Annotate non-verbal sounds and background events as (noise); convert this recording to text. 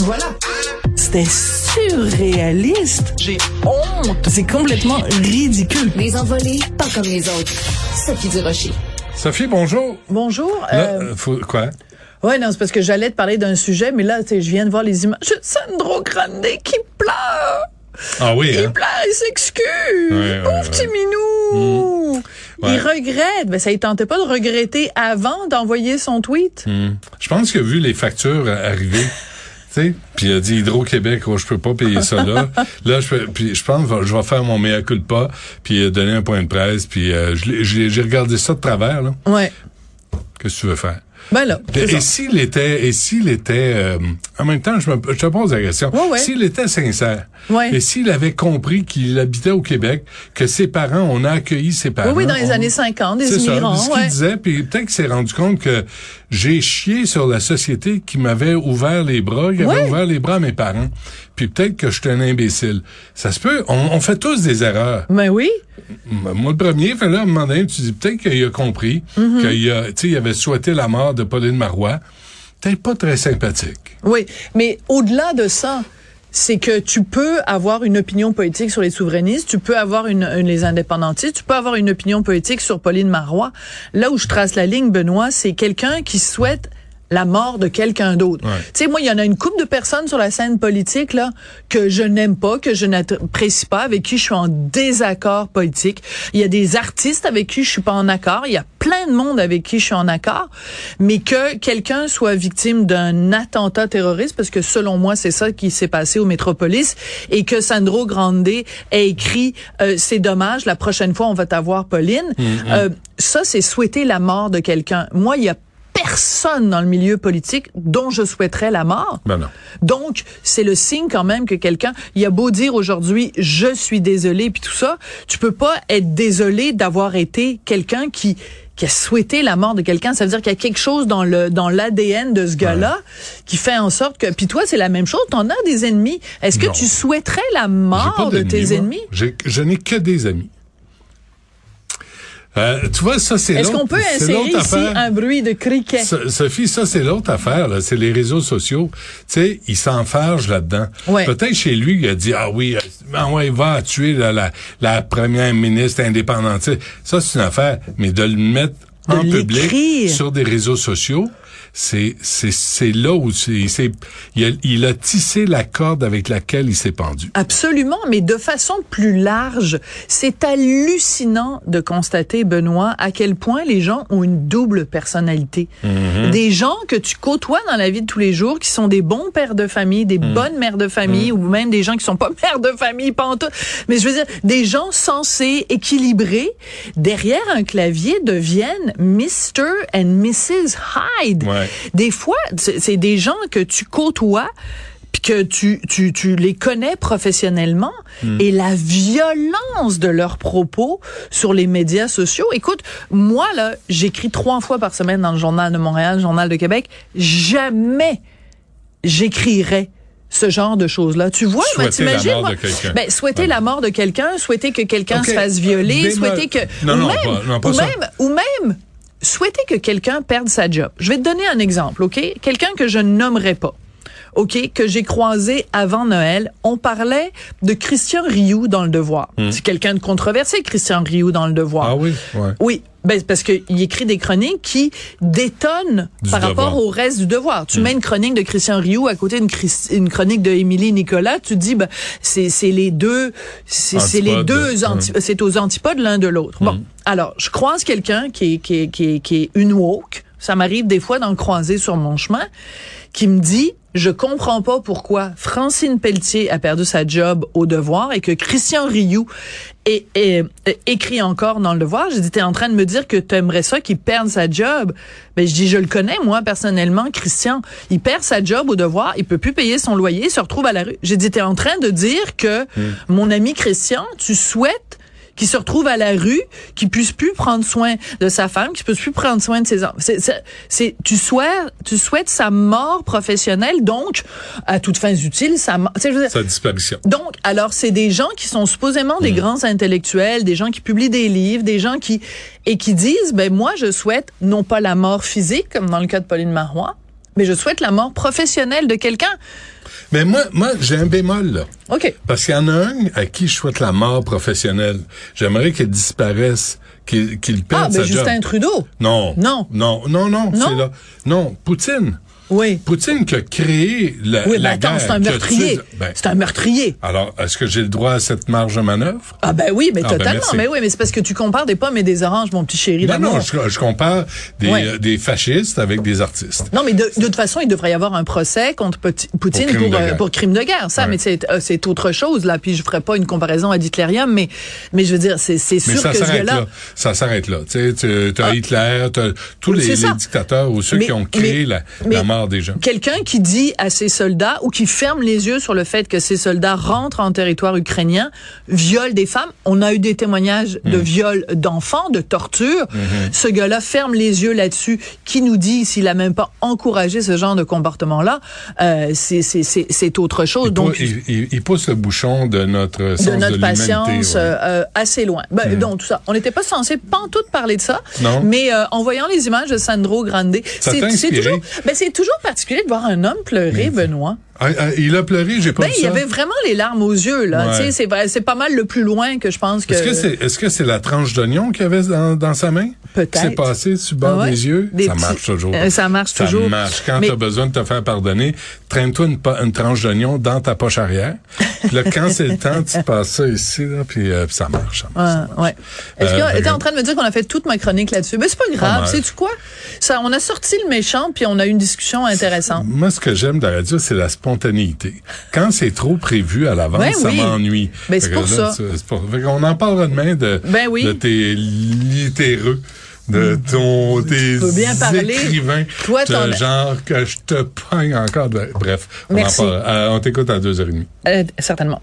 Voilà. C'était surréaliste. J'ai honte. C'est complètement ridicule. Les envolés, pas comme les autres. Sophie Durocher. Sophie, bonjour. Bonjour. Là, euh, euh, faut, quoi? Ouais, non, c'est parce que j'allais te parler d'un sujet, mais là, tu sais, je viens de voir les images. Sandro Grande qui pleure. Ah oui, Il hein? pleure, il s'excuse. Ouais, ouais, Pauvre petit ouais. minou. Ouais. Il regrette. Ben, ça, il tentait pas de regretter avant d'envoyer son tweet. Mmh. Hmm. Je pense qu'il a vu les factures euh, arriver. tu sais, Puis il a dit Hydro-Québec, oh, je peux pas payer ça (laughs) là. là, je, peux- puis je pense que je vais faire mon mea culpa, puis euh, donner un point de presse, puis euh, je l'ai- j'ai j'ai regardé ça de travers. là. Ouais. Qu'est-ce que tu veux faire? Ben là. c'est Et ça. s'il était, et s'il était, euh, en même temps, je, me, je te pose la question. Ouais, ouais. S'il était sincère. Ouais. Et s'il avait compris qu'il habitait au Québec, que ses parents, on a accueilli ses parents. oui, dans les on- années 50, des Ah C'est ça, immigrants, c'est ce qu'il ouais. disait, puis peut-être qu'il s'est rendu compte que j'ai chié sur la société qui m'avait ouvert les bras, qui Ouais. avait ouvert les bras à mes parents. Puis peut-être que j'étais un imbécile. Ça se peut, on, on fait tous des erreurs. Ben oui. M- Moi, le premier, fait là, à un moment donné, tu dis peut-être qu'il a compris, Mhm. qu'il a, tu sais, il avait souhaité la mort de Pauline Marois. Peut-être pas très sympathique. Oui, mais au-delà de ça, c'est que tu peux avoir une opinion politique sur les souverainistes, tu peux avoir une, une- les indépendantistes, tu peux avoir une opinion politique sur Pauline Marois. Là où je trace la ligne, Benoît, c'est quelqu'un qui souhaite la mort de quelqu'un d'autre. Ouais. Tu sais, moi, il y en a une couple de personnes sur la scène politique là que je n'aime pas, que je n'apprécie pas, avec qui je suis en désaccord politique. Il y a des artistes avec qui je suis pas en accord. Il y a plein de monde avec qui je suis en accord, mais que quelqu'un soit victime d'un attentat terroriste, parce que selon moi, c'est ça qui s'est passé au Métropolis, et que Sandro Grande ait écrit euh, c'est dommage, la prochaine fois on va t'avoir, Pauline. Euh, ça, c'est souhaiter la mort de quelqu'un. Moi, il y a personne dans le milieu politique dont je souhaiterais la mort. Ben non. Donc, c'est le signe quand même que quelqu'un, il a beau dire aujourd'hui, je suis désolé, puis tout ça, tu peux pas être désolé d'avoir été quelqu'un qui qui a souhaité la mort de quelqu'un, ça veut dire qu'il y a quelque chose dans le dans l'ADN de ce gars-là qui fait en sorte que puis toi c'est la même chose, t'en as des ennemis. Est-ce que Non. tu souhaiterais la J'ai mort pas Ah, de d'ennemis, tes moi. ennemis J'ai- Je n'ai que des amis. Euh, tu vois, ça, c'est Est-ce qu'on l'autre- peut c'est insérer l'autre ici affaire. un bruit de criquet So- Sophie, ça, c'est l'autre affaire, là. C'est les réseaux sociaux. Tu sais, il s'enfarge là-dedans. Ouais. Peut-être chez lui, il a dit, ah oui, euh, ah ouais, il va tuer la, la, la première ministre indépendantiste. Ça, c'est une affaire. Mais de le mettre De en public l'écrire. sur des réseaux sociaux, c'est, c'est, c'est là où c'est, c'est- il, a, il a tissé la corde avec laquelle il s'est pendu. Absolument, mais de façon plus large, c'est hallucinant de constater, Benoît, à quel point les gens ont une double personnalité. Des gens que tu côtoies dans la vie de tous les jours, qui sont des bons pères de famille, des bonnes mères de famille, ou même des gens qui sont pas (laughs) mères de famille, pas en tout. Mais je veux dire, des gens sensés, équilibrés, derrière un clavier deviennent Mr. and Mrs. Hyde. Ouais. Des fois, c'est c'est des gens que tu côtoies puis que tu, tu, tu les connais professionnellement Hmm. et la violence de leurs propos sur les médias sociaux. Écoute, moi, là, j'écris trois fois par semaine dans le Journal de Montréal, le Journal de Québec. Jamais j'écrirais ce genre de choses-là. Tu vois, ben, Souhaiter la t'imagines, mort moi, de quelqu'un. ben, souhaiter la mort de quelqu'un, souhaiter que quelqu'un Ok. se fasse violer, Bémol. souhaiter que... Non, ou non, même, pas- non, pas ou ça. même même- ou même souhaiter que quelqu'un perde sa job. Je vais te donner un exemple, OK? Quelqu'un que je nommerai pas. OK, que j'ai croisé avant Noël, on parlait de Christian Rioux dans Le Devoir. C'est quelqu'un de controversé, Christian Rioux dans Le Devoir. Hmm. Ah oui? Ouais. Oui, ben, c'est parce qu'il écrit des chroniques qui détonnent Du par devoir. Hmm. rapport au reste du devoir. Tu mets une chronique de Christian Rioux à côté d'une Chris- une chronique de Émilie Nicolas, tu te dis, ben, c'est c'est les deux, c'est c'est les Antipodes. deux, anti- euh, c'est aux antipodes l'un de l'autre. Bon, alors, je croise quelqu'un qui est, qui, est, qui, est, qui est une woke, ça m'arrive des fois d'en croiser sur mon chemin, qui me dit, je comprends pas pourquoi Francine Pelletier a perdu sa job au devoir et que Christian Rioux est, est- est- écrit encore dans le devoir. J'ai dit, t'es en train de me dire que t'aimerais ça qu'il perde sa job. Ben, je dis, je le connais, moi, personnellement, Christian. Il perd sa job au devoir, il peut plus payer son loyer, il se retrouve à la rue. J'ai dit, t'es en train de dire que mon ami Christian, tu souhaites qui se retrouve à la rue, qui puisse plus prendre soin de sa femme, qui puisse plus prendre soin de ses enfants. C'est, c'est, c'est- tu souhaites, tu souhaites sa mort professionnelle, donc à toutes fins utiles, sa mort. tu sais, je veux dire, Sa disparition. donc, alors, c'est des gens qui sont supposément Mmh. des grands intellectuels, des gens qui publient des livres, des gens qui et qui disent, ben moi, je souhaite non pas la mort physique comme dans le cas de Pauline Marois, mais je souhaite la mort professionnelle de quelqu'un. Ah, Mais moi, moi j'ai un bémol, là. OK. Parce qu'il y en a un à qui je souhaite la mort professionnelle. J'aimerais qu'il disparaisse, qu'il qu'il perde Ah, sa ben Justin job. Trudeau. Non. Non. Non, non, non, Non? c'est là. Non, Poutine. Oui. Poutine qui a créé la, Oui, mais Euh, la attends, guerre. c'est un qui a meurtrier. tué- ben, C'est un meurtrier. alors, est-ce que j'ai le droit à cette marge de manœuvre? Ah ben oui, mais Ah, ben totalement. merci. mais oui, mais c'est parce que tu compares des pommes et des oranges, mon petit chéri. Ben Non, d'amour. non, je, je compare des, Ouais. euh, des fascistes avec des artistes. Non, mais de, de toute façon, il devrait y avoir un procès contre Pouti- Poutine Pour crime pour, de euh, guerre. pour crime de guerre. Ça, Ouais. mais c'est euh, c'est autre chose là. Puis je ferai pas une comparaison à Hitlerium, mais mais je veux dire, c'est c'est Mais sûr ça que ce s'arrête gars-là. là. Ça s'arrête là. Tu sais, tu- t'as Ah. Hitler, t'as tous Oui, les, c'est ça. les dictateurs ou ceux Mais- qui ont mais- créé la, mais- la mort des gens. Quelqu'un qui dit à ses soldats ou qui ferme les yeux sur le fait que ses soldats rentrent en territoire ukrainien, violent des femmes. On a eu des témoignages Mm. de viols d'enfants, de tortures. Mm-hmm. Ce gars-là ferme les yeux là-dessus. Qui nous dit s'il a même pas encouragé ce genre de comportement-là Euh, C'est c'est- c'est- c'est autre chose. Il, Donc pou- il- il- il pousse le bouchon de notre sens de de, notre l'humanité, patience ouais. Hmm. euh, euh, assez loin. Ben, Donc tout ça, on n'était pas censé pantoute parler de ça, Non. mais euh, en voyant les images de Sandro Grande, Ça c'est t'a c'est inspiré? toujours, ben, c'est toujours particulier de voir un homme pleurer, Benoît. Ah, ah, il a pleuré, j'ai pas Ben vu il y ça. avait vraiment les larmes aux yeux là. Ouais. Tu sais, c'est vrai, c'est pas mal le plus loin que je pense que. Est-ce que c'est est-ce que c'est la tranche d'oignon qu'il avait dans, dans sa main? Peut-être. Qui s'est passé sur le bord Ah ouais. des yeux? Des ça petits- marche toujours. Euh, ça marche toujours. Ça marche. Quand Mais- tu as besoin de te faire pardonner, traîne-toi une, pa- une tranche d'oignon dans ta poche arrière. Puis là, quand c'est le temps, tu passes ça ici, là, puis euh, puis ça marche. ça marche. Ouais, ouais. Est-ce Euh, que t'es ben, en train de me dire qu'on a fait toute ma chronique là-dessus? Mais c'est pas grave, mal. sais-tu quoi? Ça, on a sorti le méchant puis on a eu une discussion intéressante. Moi, ce que j'aime de la radio, c'est la spontanéité. Quand c'est trop prévu à l'avance, Ben ça oui. m'ennuie. Ben, c'est Fait que pour là, ça. c'est- c'est pour- fait qu'on en parlera demain de, Ben oui. Mm. de tes littéreux, de ton, tes peux bien parler. écrivains, Toi, de t'en- genre que je te pogne encore. de- Bref, on en Merci. parle. Euh, on t'écoute à 2h30. Euh, certainement.